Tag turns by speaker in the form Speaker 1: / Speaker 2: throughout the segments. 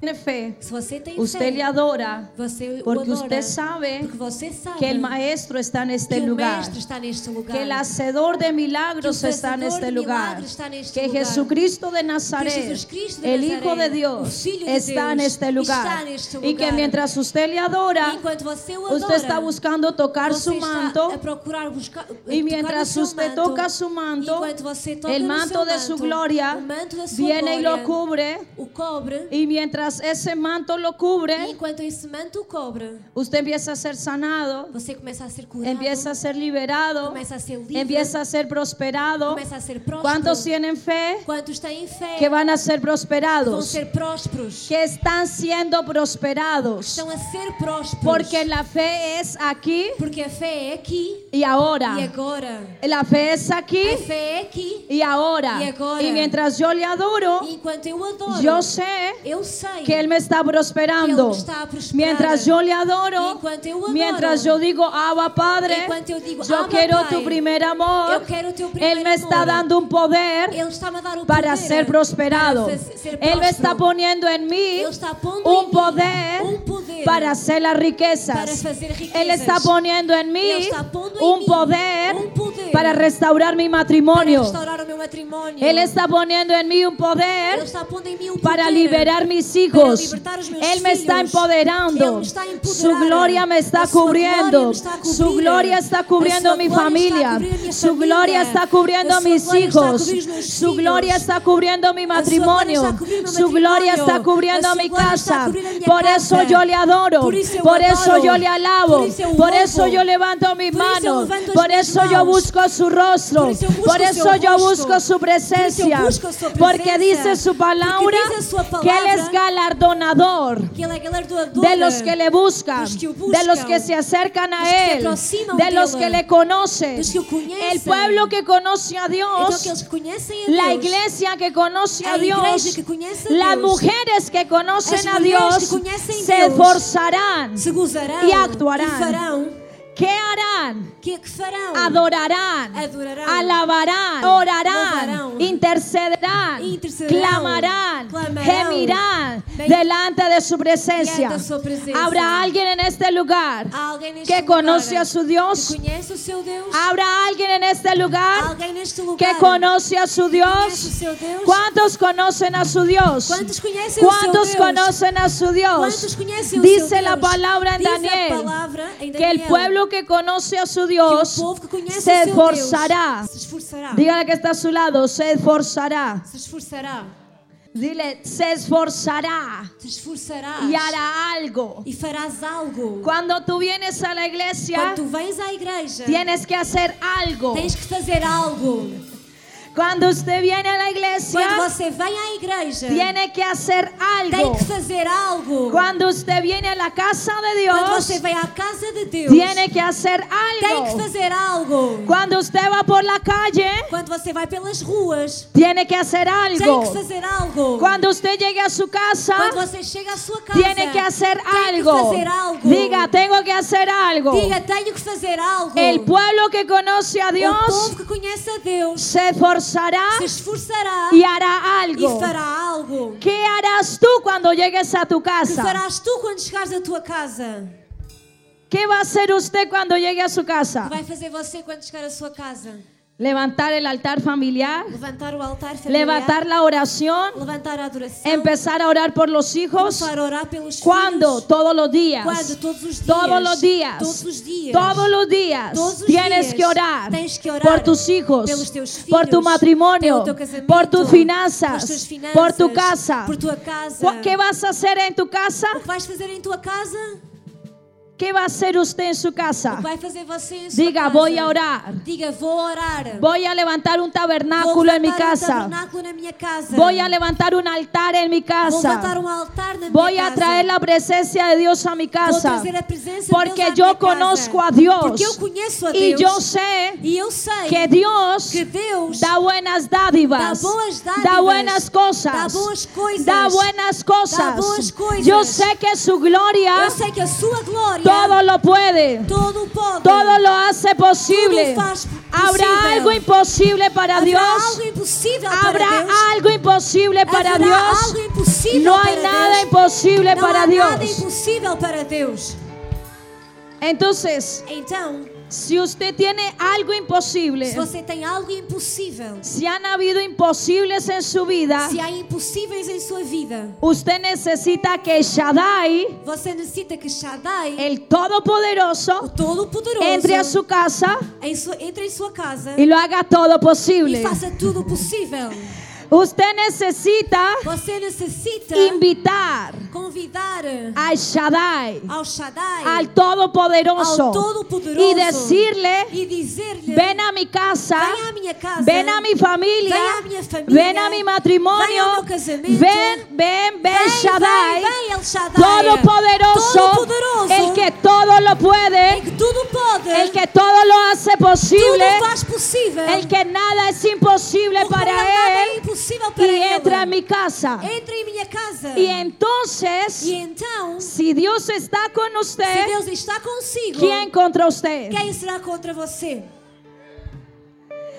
Speaker 1: tiene fe,
Speaker 2: Se você tem fé,
Speaker 1: usted le adora
Speaker 2: você o
Speaker 1: porque
Speaker 2: adora,
Speaker 1: usted sabe
Speaker 2: porque você sabe
Speaker 1: que el maestro está en este
Speaker 2: que o
Speaker 1: lugar.
Speaker 2: mestre está neste
Speaker 1: Que
Speaker 2: lugar.
Speaker 1: el hacedor de milagros
Speaker 2: Que el
Speaker 1: está en
Speaker 2: hacedor
Speaker 1: este
Speaker 2: de
Speaker 1: lugar.
Speaker 2: milagros está en este
Speaker 1: Que
Speaker 2: lugar.
Speaker 1: Jesucristo de
Speaker 2: Que
Speaker 1: Nazaret,
Speaker 2: Jesucristo de
Speaker 1: el Hijo de
Speaker 2: Nazaret,
Speaker 1: Dios,
Speaker 2: el Hijo de
Speaker 1: está en
Speaker 2: Dios,
Speaker 1: este
Speaker 2: está
Speaker 1: lugar.
Speaker 2: en este
Speaker 1: Y que
Speaker 2: lugar.
Speaker 1: mientras usted le adora,
Speaker 2: Enquanto você o adora,
Speaker 1: usted está buscando tocar
Speaker 2: você
Speaker 1: su
Speaker 2: está
Speaker 1: manto.
Speaker 2: a procurar buscar, eh,
Speaker 1: Y
Speaker 2: tocar no
Speaker 1: mientras
Speaker 2: seu
Speaker 1: usted
Speaker 2: manto.
Speaker 1: toca su manto,
Speaker 2: Enquanto você toca
Speaker 1: el
Speaker 2: no
Speaker 1: manto
Speaker 2: seu
Speaker 1: de su
Speaker 2: manto,
Speaker 1: gloria
Speaker 2: o manto da sua
Speaker 1: viene y
Speaker 2: glória,
Speaker 1: lo cubre.
Speaker 2: o cobre,
Speaker 1: Y mientras ese manto lo cubre,
Speaker 2: enquanto esse manto o cobre,
Speaker 1: usted empieza a ser sanado,
Speaker 2: você começa a ser curado,
Speaker 1: empieza a ser liberado,
Speaker 2: começa a ser livre,
Speaker 1: empieza a ser prosperado.
Speaker 2: começa a ser próspero.
Speaker 1: ¿Cuántos tienen fe?
Speaker 2: Quantos têm fé
Speaker 1: que van a ser
Speaker 2: vão
Speaker 1: prosperados,
Speaker 2: ser prósperos,
Speaker 1: que están siendo prosperados,
Speaker 2: estão a ser prósperos,
Speaker 1: porque la fe es aquí
Speaker 2: porque a fé é aqui
Speaker 1: y ahora.
Speaker 2: e agora.
Speaker 1: La fe es aquí
Speaker 2: A fé é aqui
Speaker 1: y ahora.
Speaker 2: Y ahora.
Speaker 1: Y mientras yo le adoro,
Speaker 2: e enquanto eu adoro,
Speaker 1: yo sé
Speaker 2: eu sei
Speaker 1: que Él me está prosperando.
Speaker 2: Que Él me está prosperando.
Speaker 1: Mientras yo le adoro,
Speaker 2: Enquanto eu adoro.
Speaker 1: mientras yo digo, Abba Padre,
Speaker 2: Enquanto eu digo,
Speaker 1: yo
Speaker 2: "Abba,
Speaker 1: quiero tu
Speaker 2: Pai,
Speaker 1: primer amor.
Speaker 2: eu quero teu primeiro
Speaker 1: Él me está
Speaker 2: amor.
Speaker 1: dando un poder
Speaker 2: Ele está-me a dar o
Speaker 1: para
Speaker 2: poder
Speaker 1: ser prosperado.
Speaker 2: para ser- ser
Speaker 1: Él me está
Speaker 2: próspero.
Speaker 1: poniendo en mí
Speaker 2: Él está poniendo en
Speaker 1: un
Speaker 2: mí
Speaker 1: poder,
Speaker 2: un poder
Speaker 1: para hacer las
Speaker 2: para
Speaker 1: riquezas.
Speaker 2: hacer riquezas.
Speaker 1: Él está poniendo en mí
Speaker 2: Él está poniendo en
Speaker 1: un
Speaker 2: mí
Speaker 1: poder,
Speaker 2: un poder
Speaker 1: para restaurar mi
Speaker 2: para
Speaker 1: matrimonio.
Speaker 2: restaurar o meu matrimónio.
Speaker 1: Él está poniendo en mí un poder
Speaker 2: Ele está pondo em mim o
Speaker 1: para
Speaker 2: poder
Speaker 1: liberar mis
Speaker 2: para
Speaker 1: hijos.
Speaker 2: libertar os meus
Speaker 1: Él me está
Speaker 2: filhos. Ele
Speaker 1: empoderando.
Speaker 2: me está
Speaker 1: Su
Speaker 2: empoderando.
Speaker 1: gloria me está
Speaker 2: A sua
Speaker 1: cubriendo.
Speaker 2: glória me está
Speaker 1: Su
Speaker 2: cobrindo.
Speaker 1: gloria está
Speaker 2: A
Speaker 1: cubriendo
Speaker 2: sua
Speaker 1: mi
Speaker 2: glória
Speaker 1: familia.
Speaker 2: está cobrindo minha
Speaker 1: Su
Speaker 2: família.
Speaker 1: gloria está
Speaker 2: A
Speaker 1: cubriendo
Speaker 2: sua
Speaker 1: mis
Speaker 2: glória Pues está
Speaker 1: hijos.
Speaker 2: cobrindo os meus
Speaker 1: Su gloria
Speaker 2: filhos.
Speaker 1: está cubriendo mi
Speaker 2: A sua glória Pues está
Speaker 1: matrimonio.
Speaker 2: cobrindo meu
Speaker 1: Su gloria
Speaker 2: matrimonio.
Speaker 1: está cubriendo
Speaker 2: A sua
Speaker 1: mi
Speaker 2: glória está
Speaker 1: casa.
Speaker 2: cobrindo minha
Speaker 1: Por
Speaker 2: casa.
Speaker 1: eso yo le adoro.
Speaker 2: Por isso eu
Speaker 1: Por eso
Speaker 2: adoro.
Speaker 1: yo le alabo.
Speaker 2: Por isso eu
Speaker 1: Por
Speaker 2: louvo.
Speaker 1: eso yo levanto mis
Speaker 2: Por isso eu
Speaker 1: manos.
Speaker 2: levanto as
Speaker 1: Por
Speaker 2: minhas
Speaker 1: eso yo
Speaker 2: mãos.
Speaker 1: busco su
Speaker 2: Por
Speaker 1: rostro.
Speaker 2: isso eu busco
Speaker 1: Por
Speaker 2: o
Speaker 1: eso
Speaker 2: seu
Speaker 1: yo
Speaker 2: rosto.
Speaker 1: busco su
Speaker 2: Por isso eu
Speaker 1: presencia.
Speaker 2: busco a sua
Speaker 1: Porque
Speaker 2: presença.
Speaker 1: dice su palabra
Speaker 2: Porque diz a sua
Speaker 1: que Él es
Speaker 2: palavra
Speaker 1: galardonador
Speaker 2: que Ele é galardoador
Speaker 1: de los que le buscan,
Speaker 2: Dos que o
Speaker 1: de los que
Speaker 2: buscan.
Speaker 1: se acercan
Speaker 2: Dos que
Speaker 1: a
Speaker 2: se
Speaker 1: Él,
Speaker 2: aproximan
Speaker 1: de
Speaker 2: de
Speaker 1: los
Speaker 2: Él.
Speaker 1: que le conocen.
Speaker 2: Dos que o conhecem.
Speaker 1: El pueblo que conoce a
Speaker 2: Então
Speaker 1: Dios,
Speaker 2: aqueles que conhecem a Deus,
Speaker 1: la iglesia que conoce a
Speaker 2: A iglesia
Speaker 1: Dios,
Speaker 2: que conoce a
Speaker 1: las
Speaker 2: Dios.
Speaker 1: mujeres que
Speaker 2: As
Speaker 1: conocen a
Speaker 2: mulheres que
Speaker 1: Dios
Speaker 2: conhecem
Speaker 1: se
Speaker 2: Deus.
Speaker 1: esforzarán.
Speaker 2: se gozarão
Speaker 1: e actuarão.
Speaker 2: e farão,
Speaker 1: ¿Qué harán?
Speaker 2: que é que farão?
Speaker 1: adorarán,
Speaker 2: Adorarán.
Speaker 1: alabarán, orarán,
Speaker 2: Louvarán.
Speaker 1: intercederán,
Speaker 2: Intercederán.
Speaker 1: clamarán,
Speaker 2: Clamarán.
Speaker 1: gemirán
Speaker 2: Ven-
Speaker 1: delante de su presencia.
Speaker 2: Diante de su presencia.
Speaker 1: Habrá alguien en este lugar
Speaker 2: Há alguém neste
Speaker 1: que
Speaker 2: lugar
Speaker 1: conoce a su Dios.
Speaker 2: que conhece o seu Deus?
Speaker 1: Habrá alguien en este
Speaker 2: Há
Speaker 1: lugar
Speaker 2: alguém neste lugar
Speaker 1: que conoce a su
Speaker 2: conhece o
Speaker 1: Dios.
Speaker 2: seu Deus?
Speaker 1: ¿Cuántos conocen a su Dios?
Speaker 2: Quantos conhecem o
Speaker 1: ¿Cuántos
Speaker 2: seu Deus?
Speaker 1: conocen a su Dios?
Speaker 2: Quantos conhecem o seu
Speaker 1: Dice
Speaker 2: Deus?
Speaker 1: la palabra en
Speaker 2: Diz a
Speaker 1: Daniel
Speaker 2: palavra em
Speaker 1: que el
Speaker 2: Daniel
Speaker 1: pueblo que conoce a su
Speaker 2: que o
Speaker 1: Dios
Speaker 2: povo que conhece
Speaker 1: se
Speaker 2: o seu Deus
Speaker 1: esforzará.
Speaker 2: se esforçará.
Speaker 1: Dígale que está a su lado, se esforzará.
Speaker 2: Se esforçará.
Speaker 1: Dile, se esforzará
Speaker 2: Te esforçarás.
Speaker 1: y hará algo.
Speaker 2: E farás algo.
Speaker 1: Cuando tú vienes a la iglesia,
Speaker 2: Quando tu vens à igreja,
Speaker 1: tienes que hacer algo.
Speaker 2: tens que fazer algo.
Speaker 1: Cuando usted viene a la
Speaker 2: Quando
Speaker 1: iglesia,
Speaker 2: você vem à igreja,
Speaker 1: tiene que hacer algo.
Speaker 2: tem que fazer algo.
Speaker 1: Cuando usted viene a la casa de
Speaker 2: Quando você
Speaker 1: Dios,
Speaker 2: vem à casa de Deus,
Speaker 1: tiene que hacer
Speaker 2: tem que
Speaker 1: algo.
Speaker 2: fazer algo.
Speaker 1: Cuando usted va por la calle,
Speaker 2: Quando você vai pelas ruas,
Speaker 1: tiene que hacer
Speaker 2: tem que
Speaker 1: algo.
Speaker 2: fazer algo.
Speaker 1: Cuando usted llegue a su casa,
Speaker 2: Quando você chega à sua casa,
Speaker 1: tiene que hacer
Speaker 2: tem que
Speaker 1: algo.
Speaker 2: fazer algo.
Speaker 1: Diga, tengo que hacer algo.
Speaker 2: Diga, tenho que fazer algo.
Speaker 1: El pueblo que conoce a
Speaker 2: O
Speaker 1: Dios
Speaker 2: povo que conhece a Deus
Speaker 1: se esforzará
Speaker 2: se esforçará
Speaker 1: y hará
Speaker 2: e
Speaker 1: Ah. algo.
Speaker 2: fará algo.
Speaker 1: ¿Qué harás tú cuando llegues a tu
Speaker 2: Que
Speaker 1: casa?
Speaker 2: farás tu quando chegares à tua casa?
Speaker 1: ¿Qué va a hacer usted cuando llegue a su
Speaker 2: Que
Speaker 1: casa?
Speaker 2: vai fazer você quando chegar à sua casa?
Speaker 1: Levantar el altar familiar,
Speaker 2: Levantar o altar familiar,
Speaker 1: levantar la oración,
Speaker 2: levantar a adoração,
Speaker 1: empezar a orar por los hijos.
Speaker 2: começar a orar pelos
Speaker 1: ¿Cuándo?
Speaker 2: filhos.
Speaker 1: Todos los días.
Speaker 2: Quando? Todos os dias.
Speaker 1: Todos los días.
Speaker 2: Todos os dias.
Speaker 1: Todos los días
Speaker 2: Todos os
Speaker 1: tienes
Speaker 2: dias
Speaker 1: que orar,
Speaker 2: tens que orar
Speaker 1: por tus hijos,
Speaker 2: pelos teus filhos,
Speaker 1: por tu matrimonio,
Speaker 2: pelo teu casamento,
Speaker 1: por tus
Speaker 2: pelas
Speaker 1: finanzas,
Speaker 2: tuas finanças,
Speaker 1: por tu casa.
Speaker 2: por tua casa.
Speaker 1: Cu- ¿Qué vas a hacer en tu casa?
Speaker 2: O que vais fazer em tua casa?
Speaker 1: ¿Qué va a hacer usted en su
Speaker 2: O
Speaker 1: casa?
Speaker 2: que vai fazer você em sua
Speaker 1: Ah. Diga,
Speaker 2: casa?
Speaker 1: voy a orar,
Speaker 2: Diga, vou orar.
Speaker 1: voy a levantar un
Speaker 2: vou
Speaker 1: tabernáculo
Speaker 2: levantar
Speaker 1: en mi
Speaker 2: um
Speaker 1: casa,
Speaker 2: tabernáculo na minha casa.
Speaker 1: voy a levantar un altar en mi
Speaker 2: Vou levantar
Speaker 1: casa,
Speaker 2: um altar na
Speaker 1: voy
Speaker 2: minha
Speaker 1: a
Speaker 2: casa.
Speaker 1: traer la presencia de Dios a mi
Speaker 2: Vou
Speaker 1: casa,
Speaker 2: trazer a presença de
Speaker 1: porque
Speaker 2: Deus à
Speaker 1: yo
Speaker 2: minha casa.
Speaker 1: conozco a Dios
Speaker 2: Porque eu conheço a
Speaker 1: y
Speaker 2: Deus.
Speaker 1: yo sé
Speaker 2: e eu sei
Speaker 1: que Dios
Speaker 2: que Deus
Speaker 1: da buenas dádivas,
Speaker 2: Da boas dádivas.
Speaker 1: da buenas cosas,
Speaker 2: Da boas coisas.
Speaker 1: da buenas cosas.
Speaker 2: Da boas coisas.
Speaker 1: Yo sé que su gloria
Speaker 2: eu sei que a sua glória
Speaker 1: Todo
Speaker 2: trabalhar.
Speaker 1: lo puede.
Speaker 2: Todo pode.
Speaker 1: Todo lo hace posible.
Speaker 2: Tudo faz
Speaker 1: Habrá
Speaker 2: possível.
Speaker 1: algo imposible para
Speaker 2: Habrá
Speaker 1: Dios.
Speaker 2: algo impossível para
Speaker 1: Habrá
Speaker 2: Deus.
Speaker 1: algo imposible para
Speaker 2: Habrá
Speaker 1: Dios.
Speaker 2: algo impossível
Speaker 1: No
Speaker 2: para
Speaker 1: hay nada
Speaker 2: Deus.
Speaker 1: imposible
Speaker 2: Não
Speaker 1: para
Speaker 2: há nada
Speaker 1: Dios.
Speaker 2: impossível para Deus.
Speaker 1: Entonces,
Speaker 2: Então,
Speaker 1: si usted tiene algo imposible,
Speaker 2: se você tem algo impossível,
Speaker 1: si han habido imposibles en su vida,
Speaker 2: se há impossíveis em sua vida,
Speaker 1: usted necesita que Shaddai,
Speaker 2: você necessita que Shaddai,
Speaker 1: el
Speaker 2: o
Speaker 1: Todopoderoso,
Speaker 2: Todo-Poderoso,
Speaker 1: É entre a su casa
Speaker 2: em sua- entre em sua casa
Speaker 1: y lo haga todo
Speaker 2: e
Speaker 1: posible.
Speaker 2: faça tudo o possível.
Speaker 1: Usted necesita
Speaker 2: Você necessita
Speaker 1: invitar
Speaker 2: convidar
Speaker 1: a Shaddai,
Speaker 2: ao Shaddai,
Speaker 1: al
Speaker 2: ao
Speaker 1: Todopoderoso,
Speaker 2: Todo-Poderoso,
Speaker 1: y decirle,
Speaker 2: e dizer-lhe,
Speaker 1: ven a mi casa,
Speaker 2: Venha à minha casa.
Speaker 1: ven a mi familia,
Speaker 2: Ven a mi familia.
Speaker 1: ven a mi
Speaker 2: Ven a
Speaker 1: matrimonio,
Speaker 2: mi casamiento.
Speaker 1: ven, ven, ven Shaddai,
Speaker 2: Vem, vem, El Shaddai.
Speaker 1: Todopoderoso,
Speaker 2: Todopoderoso.
Speaker 1: el que todo lo
Speaker 2: El
Speaker 1: puede,
Speaker 2: que tudo pode.
Speaker 1: el que todo lo hace posible,
Speaker 2: tudo faz possível.
Speaker 1: el que nada es imposible
Speaker 2: O que não há nada
Speaker 1: para
Speaker 2: é
Speaker 1: él,
Speaker 2: impossível para
Speaker 1: y
Speaker 2: ele.
Speaker 1: entra en mi casa.
Speaker 2: Entra em minha casa.
Speaker 1: Y entonces,
Speaker 2: E então, se
Speaker 1: si Dios está con usted,
Speaker 2: Deus está consigo,
Speaker 1: ¿quién contra usted?
Speaker 2: quem será contra você?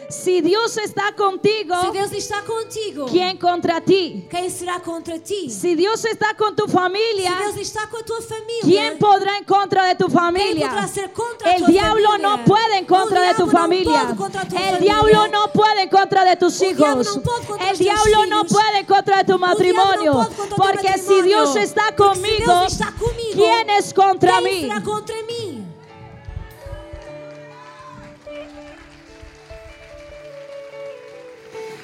Speaker 1: Si Dios está contigo,
Speaker 2: Se Deus está contigo,
Speaker 1: ¿quién contra ti?
Speaker 2: quem será contra ti?
Speaker 1: Si Dios está con tu familia,
Speaker 2: Se Deus está com a tua família,
Speaker 1: ¿quién podrá en contra de tu
Speaker 2: Quem
Speaker 1: familia?
Speaker 2: poderá ser contra a
Speaker 1: El
Speaker 2: tua
Speaker 1: diablo
Speaker 2: família?
Speaker 1: no puede en contra
Speaker 2: O
Speaker 1: de tu
Speaker 2: diabo não
Speaker 1: familia.
Speaker 2: pode contra a tua
Speaker 1: El
Speaker 2: família.
Speaker 1: diablo no puede en contra de tus
Speaker 2: O diablo
Speaker 1: hijos.
Speaker 2: no puede contra
Speaker 1: El
Speaker 2: tus
Speaker 1: diablo no
Speaker 2: hijos.
Speaker 1: puede en contra de tu matrimonio.
Speaker 2: puede contra tu
Speaker 1: Porque si
Speaker 2: matrimonio.
Speaker 1: Dios está
Speaker 2: Porque si Dios
Speaker 1: conmigo,
Speaker 2: está conmigo,
Speaker 1: ¿quién es contra
Speaker 2: Quem
Speaker 1: mí?
Speaker 2: será contra mim?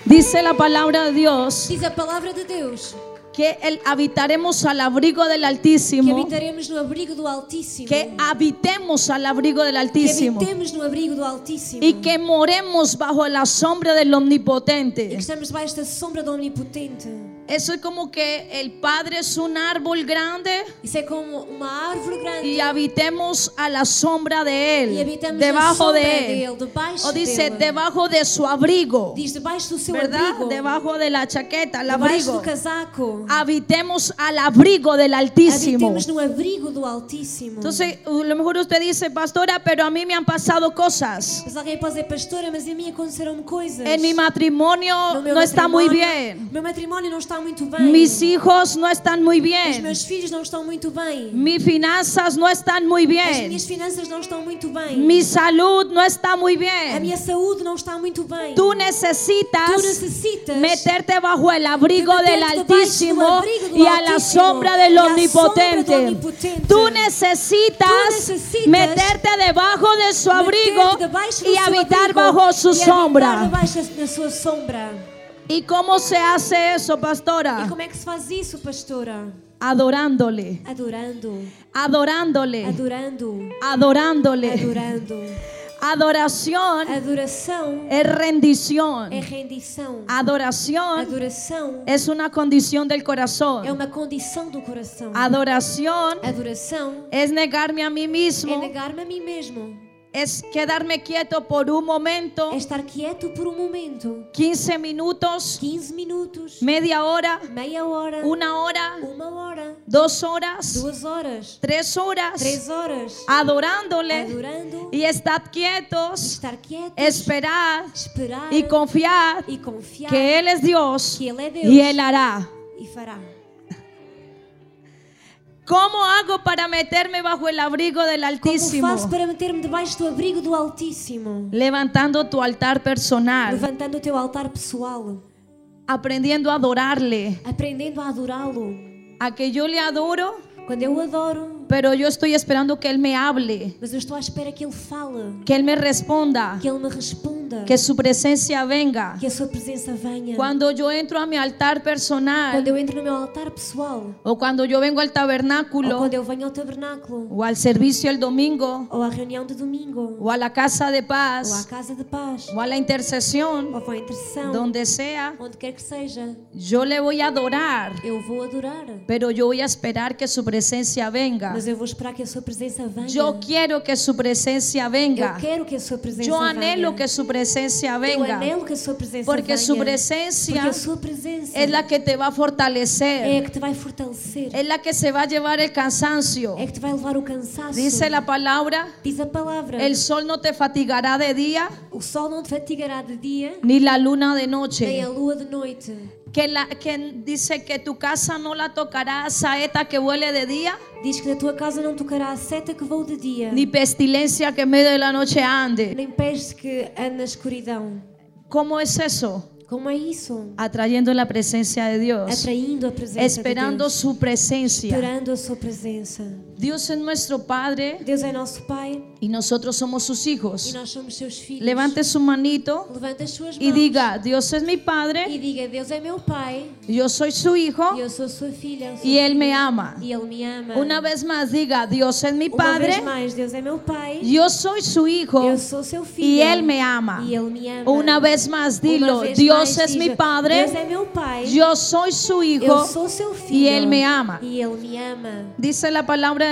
Speaker 1: Dice la palabra de Dios
Speaker 2: Diz a palavra de Deus
Speaker 1: que el- habitaremos al abrigo del
Speaker 2: que
Speaker 1: Altísimo.
Speaker 2: habitaremos no abrigo do Altíssimo.
Speaker 1: Que habitemos al abrigo del
Speaker 2: Que
Speaker 1: Altísimo.
Speaker 2: habitemos no abrigo do Altíssimo.
Speaker 1: Y que moremos bajo la sombra del
Speaker 2: E que
Speaker 1: Omnipotente.
Speaker 2: estamos debaixo da sombra do Onipotente.
Speaker 1: Eso es como que el Padre es un árbol grande.
Speaker 2: Isso é como uma árvore grande
Speaker 1: y habitemos a la sombra de
Speaker 2: e
Speaker 1: él,
Speaker 2: habitamos na
Speaker 1: debajo
Speaker 2: sombra
Speaker 1: de él.
Speaker 2: dele, debaixo
Speaker 1: O dice,
Speaker 2: dele.
Speaker 1: debajo de su abrigo,
Speaker 2: Diz debaixo do seu
Speaker 1: ¿verdad?
Speaker 2: abrigo,
Speaker 1: Debajo de la chaqueta, el
Speaker 2: debaixo do
Speaker 1: abrigo.
Speaker 2: casaco.
Speaker 1: Habitemos al abrigo del Altísimo.
Speaker 2: Habitemos no abrigo do Altíssimo.
Speaker 1: Entonces, a lo mejor usted dice, pastora, pero a mí me han pasado cosas.
Speaker 2: Mas alguém pode dizer, pastora, mas a mim aconteceram coisas.
Speaker 1: En mi matrimonio
Speaker 2: No meu
Speaker 1: no está muy
Speaker 2: matrimónio-
Speaker 1: bien.
Speaker 2: Meu matrimónio não está muito bem.
Speaker 1: Mis hijos no están muy
Speaker 2: Os
Speaker 1: bien.
Speaker 2: meus filhos não estão muito bem.
Speaker 1: Mis finanzas no están muy
Speaker 2: As
Speaker 1: bien.
Speaker 2: minhas finanças não estão muito bem.
Speaker 1: Mi salud no está muy
Speaker 2: A
Speaker 1: bien.
Speaker 2: minha saúde não está muito bem.
Speaker 1: Tú
Speaker 2: Tu
Speaker 1: necesitas
Speaker 2: necessitas
Speaker 1: meterte bajo el abrigo
Speaker 2: meterte
Speaker 1: del
Speaker 2: debajo del
Speaker 1: Altísimo
Speaker 2: abrigo del
Speaker 1: y a la
Speaker 2: Altísimo
Speaker 1: sombra
Speaker 2: y
Speaker 1: del
Speaker 2: a la sombra del
Speaker 1: Omnipotente.
Speaker 2: Omnipotente.
Speaker 1: Tú necesitas
Speaker 2: necesitas
Speaker 1: meterte debajo de su abrigo
Speaker 2: meterte debaixo do
Speaker 1: y
Speaker 2: seu
Speaker 1: habitar
Speaker 2: abrigo
Speaker 1: bajo su
Speaker 2: e habitar
Speaker 1: sombra.
Speaker 2: debaixo da sua sombra.
Speaker 1: ¿Y cómo se hace eso,
Speaker 2: E
Speaker 1: pastora?
Speaker 2: como é que se faz isso, pastora?
Speaker 1: Adorándole,
Speaker 2: Adorando,
Speaker 1: adorándole,
Speaker 2: adorando,
Speaker 1: adorándole.
Speaker 2: adorando.
Speaker 1: Adoración
Speaker 2: Adoração
Speaker 1: es rendición.
Speaker 2: é rendição.
Speaker 1: Ah. Adoración
Speaker 2: Adoração
Speaker 1: es una condición del
Speaker 2: é
Speaker 1: corazón.
Speaker 2: uma condição do coração.
Speaker 1: Adoración
Speaker 2: Adoração
Speaker 1: es negarme a mí
Speaker 2: é
Speaker 1: mismo.
Speaker 2: negar-me a mim mesmo.
Speaker 1: es quedarme quieto por un momento,
Speaker 2: É estar quieto por um momento.
Speaker 1: 15 minutos,
Speaker 2: 15 minutos,
Speaker 1: media hora,
Speaker 2: meia hora,
Speaker 1: una hora,
Speaker 2: uma hora,
Speaker 1: dos horas,
Speaker 2: duas horas,
Speaker 1: tres horas,
Speaker 2: três horas,
Speaker 1: adorándole
Speaker 2: adorando,
Speaker 1: y estar quietos,
Speaker 2: estar quieto,
Speaker 1: esperar
Speaker 2: esperar
Speaker 1: y confiar
Speaker 2: e confiar
Speaker 1: que Él es Dios
Speaker 2: que Ele é Deus
Speaker 1: y Él hará.
Speaker 2: e fará.
Speaker 1: ¿Cómo hago para meterme bajo el abrigo del
Speaker 2: Como
Speaker 1: Altísimo?
Speaker 2: faço para meter-me debaixo do abrigo do Altíssimo?
Speaker 1: Levantando tu altar personal,
Speaker 2: Levantando o teu altar pessoal,
Speaker 1: aprendiendo a adorarle,
Speaker 2: aprendendo a adorá-lo.
Speaker 1: a que yo le adoro,
Speaker 2: Quando eu adoro,
Speaker 1: pero yo estoy esperando que Él me hable.
Speaker 2: mas eu estou à espera que Ele fale,
Speaker 1: que Él me responda,
Speaker 2: que Ele me responda,
Speaker 1: que su presencia venga.
Speaker 2: que a Sua presença venha.
Speaker 1: Cuando yo entro a mi altar
Speaker 2: Quando
Speaker 1: personal
Speaker 2: eu entro no meu altar pessoal,
Speaker 1: o cuando yo vengo al
Speaker 2: ou
Speaker 1: tabernáculo
Speaker 2: quando eu venho ao tabernáculo,
Speaker 1: o al servicio el domingo
Speaker 2: ou à reunião de domingo,
Speaker 1: o a la casa de
Speaker 2: ou à
Speaker 1: paz
Speaker 2: casa de paz,
Speaker 1: o a la intercesión,
Speaker 2: ou à intercessão,
Speaker 1: donde sea,
Speaker 2: onde quer que seja,
Speaker 1: yo le voy a adorar,
Speaker 2: eu vou adorar.
Speaker 1: pero yo voy a esperar que su presencia venga.
Speaker 2: Mas eu vou esperar que a sua presença venha.
Speaker 1: Yo quiero que su presencia venga.
Speaker 2: Eu quero que a sua presença
Speaker 1: Yo anhelo
Speaker 2: venha.
Speaker 1: que su presencia
Speaker 2: Eu
Speaker 1: venga.
Speaker 2: anelo que a sua presença
Speaker 1: Porque
Speaker 2: venha.
Speaker 1: su presencia
Speaker 2: Porque a sua presença
Speaker 1: es la que te va a
Speaker 2: é a
Speaker 1: fortalecer,
Speaker 2: que te vai fortalecer.
Speaker 1: es la que se va a llevar el cansancio.
Speaker 2: É que te vai levar o cansaço.
Speaker 1: Dice la palabra,
Speaker 2: Diz a palavra.
Speaker 1: el sol no te fatigará de día
Speaker 2: O sol não te fatigará de dia,
Speaker 1: ni la luna de
Speaker 2: nem a
Speaker 1: noche.
Speaker 2: lua de noite.
Speaker 1: Que, la, que dice que tu casa no la tocará saeta que huele de día,
Speaker 2: Diz que da tua casa não tocará a seta que voa de dia,
Speaker 1: ni pestilencia que en medio de la noche ande.
Speaker 2: nem peste que anda na escuridão.
Speaker 1: ¿Cómo es eso?
Speaker 2: Como é isso?
Speaker 1: Atrayendo la presencia de Dios,
Speaker 2: Atraindo a presença
Speaker 1: esperando
Speaker 2: de Deus.
Speaker 1: su presencia.
Speaker 2: Esperando a sua presença.
Speaker 1: Dios es nuestro Padre
Speaker 2: Deus é nosso Pai
Speaker 1: y nosotros somos sus
Speaker 2: e
Speaker 1: hijos.
Speaker 2: nós somos seus filhos.
Speaker 1: Levante su manito
Speaker 2: Levanta as suas mãos
Speaker 1: y diga, Dios es mi
Speaker 2: e
Speaker 1: Padre,
Speaker 2: diga, Deus é meu Pai
Speaker 1: yo soy su hijo
Speaker 2: e eu sou sua filha. eu sou
Speaker 1: y Él me
Speaker 2: filho,
Speaker 1: ama.
Speaker 2: E Ele me ama.
Speaker 1: Una vez más diga, Dios es mi
Speaker 2: Uma
Speaker 1: Padre,
Speaker 2: vez mais, Deus é meu Pai,
Speaker 1: yo soy su hijo
Speaker 2: eu sou seu filho
Speaker 1: y Él me ama.
Speaker 2: e Ele me ama.
Speaker 1: Una vez más
Speaker 2: Uma
Speaker 1: dilo,
Speaker 2: vez
Speaker 1: Dios
Speaker 2: mais,
Speaker 1: es mi
Speaker 2: diga, Deus é
Speaker 1: Padre,
Speaker 2: meu Pai,
Speaker 1: yo soy su hijo
Speaker 2: eu sou seu filho
Speaker 1: y Él me ama.
Speaker 2: e Ele me ama.
Speaker 1: Dice la palabra de Dios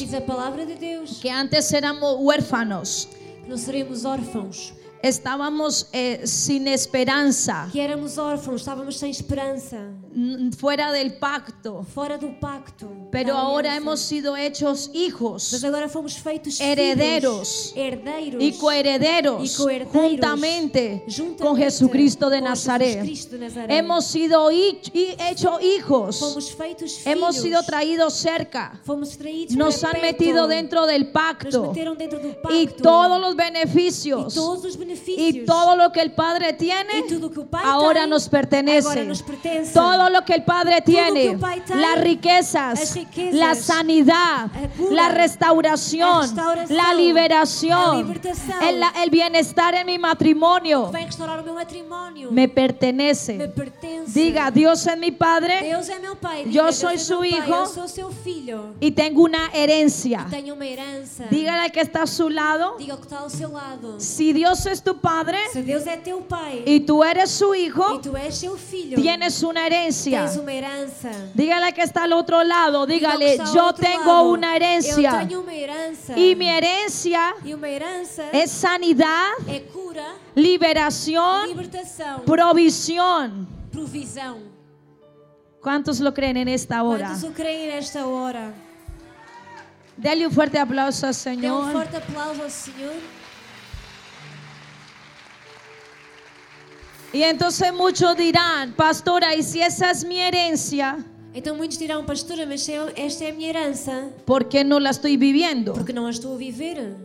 Speaker 2: Diz a palavra de Deus
Speaker 1: que antes éramos huérfanos,
Speaker 2: que não seremos órfãos,
Speaker 1: estábamos eh, sin esperanza,
Speaker 2: que éramos órfãos, estávamos sem esperança,
Speaker 1: n- fuera del pacto,
Speaker 2: fora do pacto.
Speaker 1: pero
Speaker 2: da
Speaker 1: ahora
Speaker 2: aliança.
Speaker 1: hemos sido eh. hechos
Speaker 2: Mas
Speaker 1: hijos
Speaker 2: agora fomos feitos
Speaker 1: Herederos.
Speaker 2: filhos, herdeiros
Speaker 1: y coherederos
Speaker 2: e coherdeiros,
Speaker 1: juntamente
Speaker 2: juntamente
Speaker 1: con Jesucristo de
Speaker 2: com
Speaker 1: Nazaret.
Speaker 2: Jesucristo de Nazaré.
Speaker 1: Hemos sido hi- hi- hechos hijos,
Speaker 2: fomos feitos filhos,
Speaker 1: hemos sido traídos cerca,
Speaker 2: fomos traídos
Speaker 1: nos
Speaker 2: para
Speaker 1: han
Speaker 2: perto,
Speaker 1: metido dentro del
Speaker 2: nos
Speaker 1: pacto
Speaker 2: meteram dentro do pacto
Speaker 1: y todos los
Speaker 2: e
Speaker 1: beneficios
Speaker 2: todos os benefícios
Speaker 1: y todo lo que el Padre tiene
Speaker 2: e tudo o que o Pai
Speaker 1: ahora
Speaker 2: tem,
Speaker 1: nos pertenece.
Speaker 2: agora nos pertence.
Speaker 1: Todo lo que el Padre
Speaker 2: que
Speaker 1: tiene,
Speaker 2: el Padre tiene,
Speaker 1: las riquezas,
Speaker 2: las riquezas,
Speaker 1: la sanidad,
Speaker 2: la cura,
Speaker 1: la restauración,
Speaker 2: la restauración,
Speaker 1: la
Speaker 2: la
Speaker 1: liberación,
Speaker 2: libertación,
Speaker 1: el, la- el bienestar en mi matrimonio,
Speaker 2: vai restaurar o meu matrimónio,
Speaker 1: me
Speaker 2: me
Speaker 1: pertenece.
Speaker 2: pertence.
Speaker 1: Diga, Dios es mi Padre
Speaker 2: Deus é meu Pai.
Speaker 1: yo
Speaker 2: Diga, Deus
Speaker 1: soy
Speaker 2: é
Speaker 1: su
Speaker 2: meu
Speaker 1: hijo.
Speaker 2: Pai. Eu sou seu filho.
Speaker 1: y tengo una herencia.
Speaker 2: Tenho uma herança.
Speaker 1: Dígale al que está a su lado,
Speaker 2: Diga o que está ao seu lado.
Speaker 1: si Dios es tu Padre
Speaker 2: Se Deus é teu Pai
Speaker 1: y tú eres su
Speaker 2: e
Speaker 1: hijo,
Speaker 2: tu és seu filho,
Speaker 1: tienes una herencia.
Speaker 2: tens uma herança.
Speaker 1: Dígale al que está al otro lado,
Speaker 2: Diga o que
Speaker 1: dígale,
Speaker 2: está ao
Speaker 1: yo
Speaker 2: outro
Speaker 1: tengo
Speaker 2: lado.
Speaker 1: una herencia.
Speaker 2: Eu tenho uma herança.
Speaker 1: Y mi herencia
Speaker 2: E uma herança
Speaker 1: es sanidad,
Speaker 2: é cura,
Speaker 1: liberación,
Speaker 2: libertação,
Speaker 1: provisión.
Speaker 2: provisão.
Speaker 1: ¿Cuántos lo creen en esta hora?
Speaker 2: Quantos o creem nesta hora?
Speaker 1: Dale un fuerte aplauso al
Speaker 2: Dê um
Speaker 1: Señor.
Speaker 2: forte aplauso ao Senhor.
Speaker 1: Y entonces muchos dirán, pastora, y si esa es mi herencia,
Speaker 2: Então muitos dirão, pastora, mas se eu- esta é a minha herança.
Speaker 1: ¿por qué no la estoy viviendo?
Speaker 2: Porque não a estou a viver.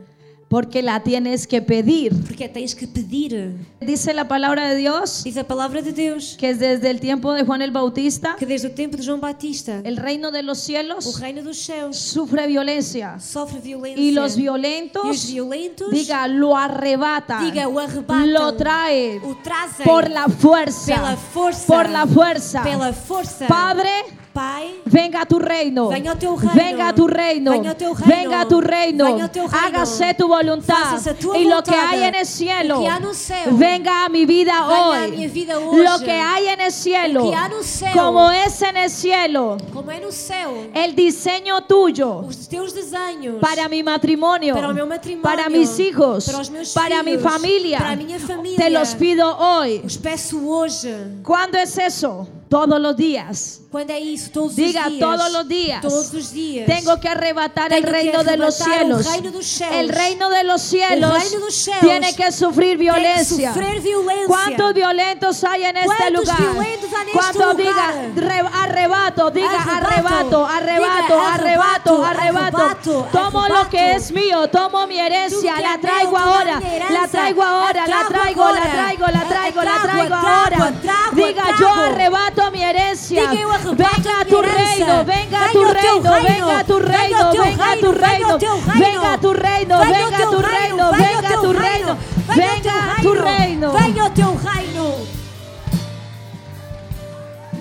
Speaker 1: Porque la tienes que pedir.
Speaker 2: Porque é, tens que pedir.
Speaker 1: Dice la palabra de Dios
Speaker 2: Diz a palavra de Deus
Speaker 1: que desde el tiempo de Juan el Bautista,
Speaker 2: que desde o tempo de João Batista
Speaker 1: el reino de los
Speaker 2: o
Speaker 1: cielos
Speaker 2: reino dos céus
Speaker 1: sofre violencia.
Speaker 2: sofre violência.
Speaker 1: Y los
Speaker 2: E os
Speaker 1: violentos
Speaker 2: violentos
Speaker 1: Diga, lo arrebata.
Speaker 2: Diga, o arrebatam.
Speaker 1: Lo trae.
Speaker 2: o trazem
Speaker 1: Por la fuerza.
Speaker 2: Pela força.
Speaker 1: Por la fuerza.
Speaker 2: pela força.
Speaker 1: Padre,
Speaker 2: Pai,
Speaker 1: venga a tu reino.
Speaker 2: Venha ao teu reino.
Speaker 1: Venga a tu reino.
Speaker 2: Venha ao teu reino.
Speaker 1: Venga a tu reino.
Speaker 2: Venha ao teu reino.
Speaker 1: Hágase tu voluntad.
Speaker 2: Faça-se a tua
Speaker 1: y lo que
Speaker 2: vontade.
Speaker 1: hay en el cielo.
Speaker 2: O que há no céu.
Speaker 1: Venga a mi vida
Speaker 2: Venha
Speaker 1: hoy.
Speaker 2: à minha vida hoje.
Speaker 1: Lo que hay en el cielo.
Speaker 2: O que há no céu.
Speaker 1: Como es en el cielo.
Speaker 2: como é no céu,
Speaker 1: El diseño tuyo.
Speaker 2: os teus desenhos
Speaker 1: é para mi matrimonio,
Speaker 2: para o meu matrimônio,
Speaker 1: para mis hijos,
Speaker 2: para os meus
Speaker 1: para
Speaker 2: filhos,
Speaker 1: mi familia.
Speaker 2: para a minha família.
Speaker 1: Te los pido hoy.
Speaker 2: Os peço hoje.
Speaker 1: ¿Cuándo es eso? Todos los días.
Speaker 2: Quando é isso? Todos
Speaker 1: Diga
Speaker 2: os dias.
Speaker 1: todos los días.
Speaker 2: Todos os dias.
Speaker 1: Tengo que arrebatar
Speaker 2: Tengo
Speaker 1: el
Speaker 2: que
Speaker 1: reino de los
Speaker 2: arrebatar el
Speaker 1: cielos.
Speaker 2: reino dos cielos.
Speaker 1: El reino de los cielos,
Speaker 2: reino dos cielos
Speaker 1: tiene que sofrir
Speaker 2: Tem que
Speaker 1: violencia.
Speaker 2: sofrer violência.
Speaker 1: ¿Cuántos violentos hay en este
Speaker 2: ¿Cuántos
Speaker 1: lugar?
Speaker 2: violentos hay en este
Speaker 1: Cuando diga
Speaker 2: lugar?
Speaker 1: re- arrebato, diga arrebato,
Speaker 2: Arrebato.
Speaker 1: arrebato,
Speaker 2: Diga
Speaker 1: arrebato,
Speaker 2: arrebato,
Speaker 1: arrebato.
Speaker 2: arrebato,
Speaker 1: Tomo
Speaker 2: arrebato.
Speaker 1: lo que es mío, tomo mi herencia,
Speaker 2: Tú que
Speaker 1: la
Speaker 2: es
Speaker 1: traigo
Speaker 2: mío, tú
Speaker 1: ahora,
Speaker 2: dame herencia.
Speaker 1: la traigo ahora, la
Speaker 2: La
Speaker 1: traigo,
Speaker 2: traigo
Speaker 1: la
Speaker 2: ahora.
Speaker 1: traigo, la
Speaker 2: La
Speaker 1: traigo, la
Speaker 2: trago,
Speaker 1: traigo
Speaker 2: trago,
Speaker 1: ahora.
Speaker 2: trago,
Speaker 1: Diga
Speaker 2: trago.
Speaker 1: yo arrebato mi herencia.
Speaker 2: Diga, yo arrebato
Speaker 1: Venga a
Speaker 2: mi
Speaker 1: tu
Speaker 2: herencia.
Speaker 1: reino, venga a
Speaker 2: Venga
Speaker 1: tu
Speaker 2: al teu
Speaker 1: reino,
Speaker 2: reino.
Speaker 1: venga a tu
Speaker 2: Venga al
Speaker 1: reino,
Speaker 2: teu
Speaker 1: venga a tu
Speaker 2: reino, venga
Speaker 1: reino,
Speaker 2: al teu reino.
Speaker 1: venga a tu reino,
Speaker 2: Venha ao
Speaker 1: venha a
Speaker 2: teu
Speaker 1: tu
Speaker 2: reino,
Speaker 1: reino,
Speaker 2: venha ao
Speaker 1: venha a
Speaker 2: teu
Speaker 1: tu
Speaker 2: reino,
Speaker 1: reino,
Speaker 2: venha ao
Speaker 1: venga a tu
Speaker 2: teu
Speaker 1: reino.
Speaker 2: Venha ao teu reino.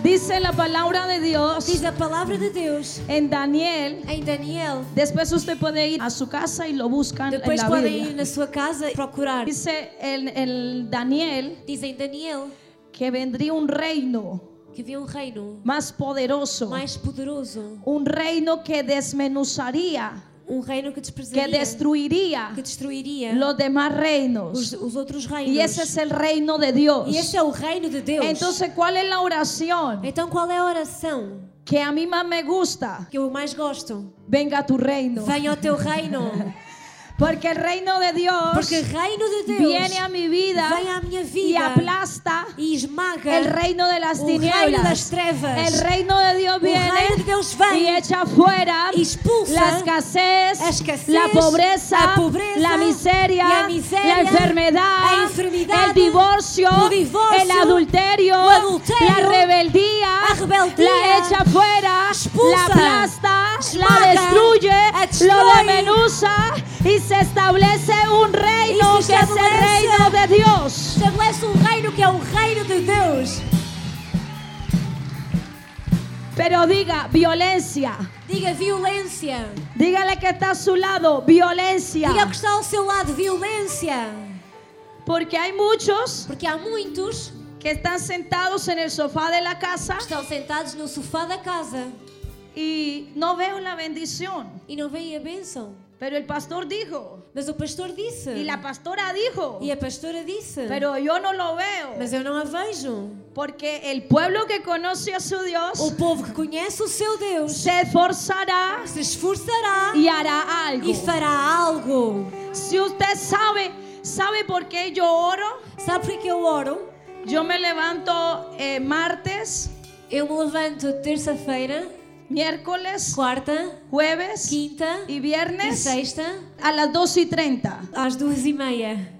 Speaker 1: Dice la palabra de Dios
Speaker 2: Diz a palavra de Deus
Speaker 1: en Daniel.
Speaker 2: em Daniel.
Speaker 1: Después usted puede ir a su casa y lo buscan en
Speaker 2: Depois
Speaker 1: la
Speaker 2: podem ir
Speaker 1: Biblia.
Speaker 2: na sua casa e procurar.
Speaker 1: Dice el, el Daniel
Speaker 2: Dizem Daniel
Speaker 1: que vendría un reino
Speaker 2: que havia um reino
Speaker 1: más poderoso,
Speaker 2: mais poderoso.
Speaker 1: un reino que desmenuzaría
Speaker 2: um reino que
Speaker 1: que
Speaker 2: desprezaria,
Speaker 1: destruiría
Speaker 2: que destruiria
Speaker 1: los demás
Speaker 2: os,
Speaker 1: reinos.
Speaker 2: os outros reinos.
Speaker 1: Y ese es el reino de Dios.
Speaker 2: E esse é o reino de Deus.
Speaker 1: Entonces, ¿cuál es la oración
Speaker 2: então qual é a oração
Speaker 1: que a mí más me gusta?
Speaker 2: que eu mais gosto?
Speaker 1: Venga tu reino.
Speaker 2: Venha ao teu reino.
Speaker 1: Porque el reino de Dios
Speaker 2: Porque reino de Deus
Speaker 1: viene a mi vida
Speaker 2: vem à minha vida
Speaker 1: y aplasta
Speaker 2: e esmaga
Speaker 1: el reino de las
Speaker 2: o reino
Speaker 1: tinieblas.
Speaker 2: das trevas.
Speaker 1: El reino de Dios
Speaker 2: reino de
Speaker 1: viene
Speaker 2: Dios vem
Speaker 1: y echa fuera
Speaker 2: e expulsa
Speaker 1: la escasez,
Speaker 2: a escassez,
Speaker 1: la pobreza,
Speaker 2: a pobreza
Speaker 1: la miseria,
Speaker 2: e a miséria,
Speaker 1: la enfermedad,
Speaker 2: a enfermidade,
Speaker 1: el divorcio,
Speaker 2: o divórcio,
Speaker 1: el adulterio,
Speaker 2: o adulterio,
Speaker 1: la rebeldía,
Speaker 2: a rebeldía,
Speaker 1: la echa fuera,
Speaker 2: expulsa,
Speaker 1: la aplasta,
Speaker 2: esmaga,
Speaker 1: la destruye,
Speaker 2: a destruye.
Speaker 1: lo demenuza y se establece un reino
Speaker 2: Y se
Speaker 1: que es el
Speaker 2: establece-
Speaker 1: reino de Dios.
Speaker 2: Estabelece um reino que é o reino de Deus.
Speaker 1: Pero diga violencia.
Speaker 2: Diga violência.
Speaker 1: Dígale que está a su lado, violencia.
Speaker 2: Diga o que está ao seu lado, violência.
Speaker 1: Porque hay muchos
Speaker 2: Porque há muitos que
Speaker 1: que están sentados en el sofá de la casa
Speaker 2: estão sentados no sofá da casa
Speaker 1: y no veo la bendición.
Speaker 2: e não veem a bênção.
Speaker 1: Pero el pastor dijo,
Speaker 2: Mas o pastor disse.
Speaker 1: y la pastora dijo,
Speaker 2: E a pastora disse.
Speaker 1: pero yo no lo veo.
Speaker 2: Mas eu não a vejo.
Speaker 1: Porque el pueblo que conoce a su Dios
Speaker 2: O povo que conhece o seu Deus
Speaker 1: se esforzará
Speaker 2: se esforçará
Speaker 1: y hará algo.
Speaker 2: e fará algo.
Speaker 1: Si usted sabe, ¿sabe por qué yo oro?
Speaker 2: Sabe por que eu oro?
Speaker 1: Yo me levanto eh, martes,
Speaker 2: Eu me levanto terça-feira,
Speaker 1: miércoles,
Speaker 2: quarta,
Speaker 1: jueves
Speaker 2: quinta
Speaker 1: y
Speaker 2: e
Speaker 1: viernes
Speaker 2: sexta
Speaker 1: a las 2 y 30
Speaker 2: às duas e meia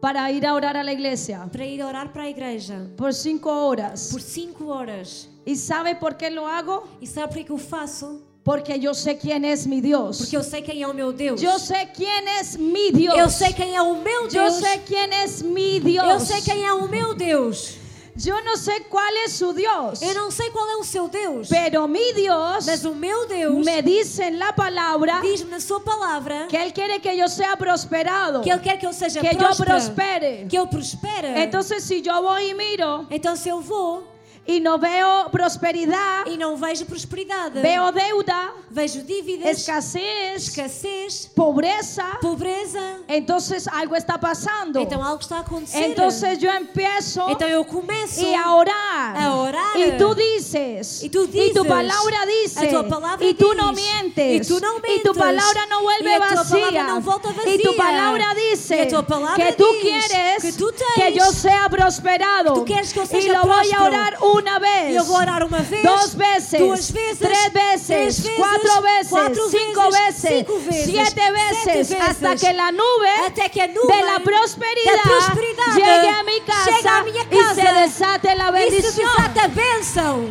Speaker 1: para ir a orar a la iglesia
Speaker 2: para ir orar para a igreja
Speaker 1: por cinco horas.
Speaker 2: por cinco horas.
Speaker 1: ¿Y sabe por qué lo hago?
Speaker 2: E sabe por que eu faço?
Speaker 1: Porque yo sé quién es mi Dios.
Speaker 2: Porque eu sei quem é o meu Deus.
Speaker 1: Yo sé quién es mi Dios.
Speaker 2: Eu sei quem é o meu
Speaker 1: Yo
Speaker 2: Deus.
Speaker 1: sé quién es mi Dios.
Speaker 2: Eu sei quem é o meu Deus.
Speaker 1: Yo no sé cuál es su Dios,
Speaker 2: Eu não sei qual é o seu Deus.
Speaker 1: pero mi Dios
Speaker 2: Mas o meu Deus
Speaker 1: me dice en la palabra
Speaker 2: diz-me na sua palavra
Speaker 1: que Él quiere que yo sea prosperado,
Speaker 2: que Ele quer que eu seja
Speaker 1: que yo
Speaker 2: próspera,
Speaker 1: prospere. Então,
Speaker 2: que eu prospere.
Speaker 1: Entonces si yo voy y miro
Speaker 2: Então, se eu vou
Speaker 1: y no veo prosperidad,
Speaker 2: e não vejo prosperidade,
Speaker 1: veo deuda,
Speaker 2: vejo dívidas,
Speaker 1: escasez,
Speaker 2: escassez,
Speaker 1: pobreza,
Speaker 2: pobreza,
Speaker 1: entonces algo está pasando.
Speaker 2: então algo está a acontecer.
Speaker 1: Entonces yo empiezo
Speaker 2: Então eu começo
Speaker 1: y a orar.
Speaker 2: a orar.
Speaker 1: Y tú dices.
Speaker 2: E tu dizes,
Speaker 1: tu palabra dice.
Speaker 2: a tua palavra
Speaker 1: y tú no
Speaker 2: diz,
Speaker 1: mientes.
Speaker 2: e tu não
Speaker 1: tu
Speaker 2: mentes,
Speaker 1: palabra no vuelve
Speaker 2: e a tua
Speaker 1: vacía.
Speaker 2: palavra não volta
Speaker 1: Y tu
Speaker 2: vazia,
Speaker 1: palabra dice
Speaker 2: e a tua palavra
Speaker 1: que tú
Speaker 2: diz
Speaker 1: quieres
Speaker 2: que tu tens,
Speaker 1: que yo sea prosperado.
Speaker 2: que tu queres que eu
Speaker 1: y
Speaker 2: seja
Speaker 1: lo voy a
Speaker 2: próspero.
Speaker 1: orar una vez.
Speaker 2: E eu vou orar uma vez,
Speaker 1: Dos veces,
Speaker 2: duas vezes,
Speaker 1: tres veces,
Speaker 2: três vezes,
Speaker 1: cuatro veces,
Speaker 2: quatro
Speaker 1: cinco
Speaker 2: vezes,
Speaker 1: veces,
Speaker 2: cinco vezes,
Speaker 1: siete veces,
Speaker 2: sete
Speaker 1: hasta
Speaker 2: vezes,
Speaker 1: que la nube
Speaker 2: até que a nuvem
Speaker 1: de la prosperidad,
Speaker 2: da prosperidade
Speaker 1: llegue a mi casa,
Speaker 2: chegue à minha
Speaker 1: y se
Speaker 2: casa
Speaker 1: desate la
Speaker 2: e se
Speaker 1: bendición.
Speaker 2: desata a é bênção.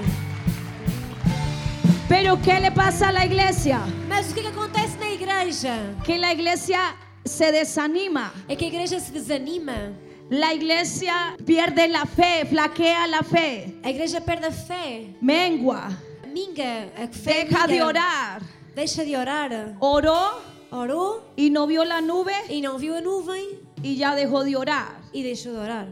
Speaker 1: Pero ¿qué le pasa a la iglesia?
Speaker 2: Mas o que, é que acontece na igreja?
Speaker 1: Que la iglesia se desanima.
Speaker 2: É que a igreja se desanima.
Speaker 1: La iglesia pierde la fe, flaquea la fe,
Speaker 2: A igreja perde a fé,
Speaker 1: mengua,
Speaker 2: minga, a fé
Speaker 1: deja de
Speaker 2: minga.
Speaker 1: orar.
Speaker 2: Deixa de orar.
Speaker 1: Oró
Speaker 2: Orou
Speaker 1: y no vio la nube
Speaker 2: e não viu a nuvem
Speaker 1: y ya dejó de orar.
Speaker 2: e deixou de orar.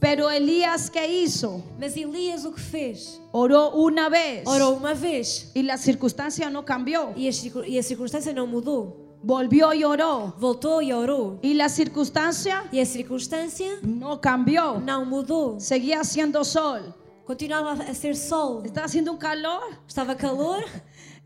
Speaker 1: Pero Elías, ¿qué hizo?
Speaker 2: Mas Elias o que fez?
Speaker 1: Oró una vez
Speaker 2: Orou uma vez
Speaker 1: y la circunstancia no cambió.
Speaker 2: e a, circu- e a circunstância não mudou.
Speaker 1: Volvió y oró
Speaker 2: Voltou e orou
Speaker 1: y la circunstancia
Speaker 2: e a circunstância
Speaker 1: no cambió.
Speaker 2: não mudou.
Speaker 1: Seguía haciendo sol.
Speaker 2: Continuava a ser sol.
Speaker 1: Está haciendo un calor
Speaker 2: Estava calor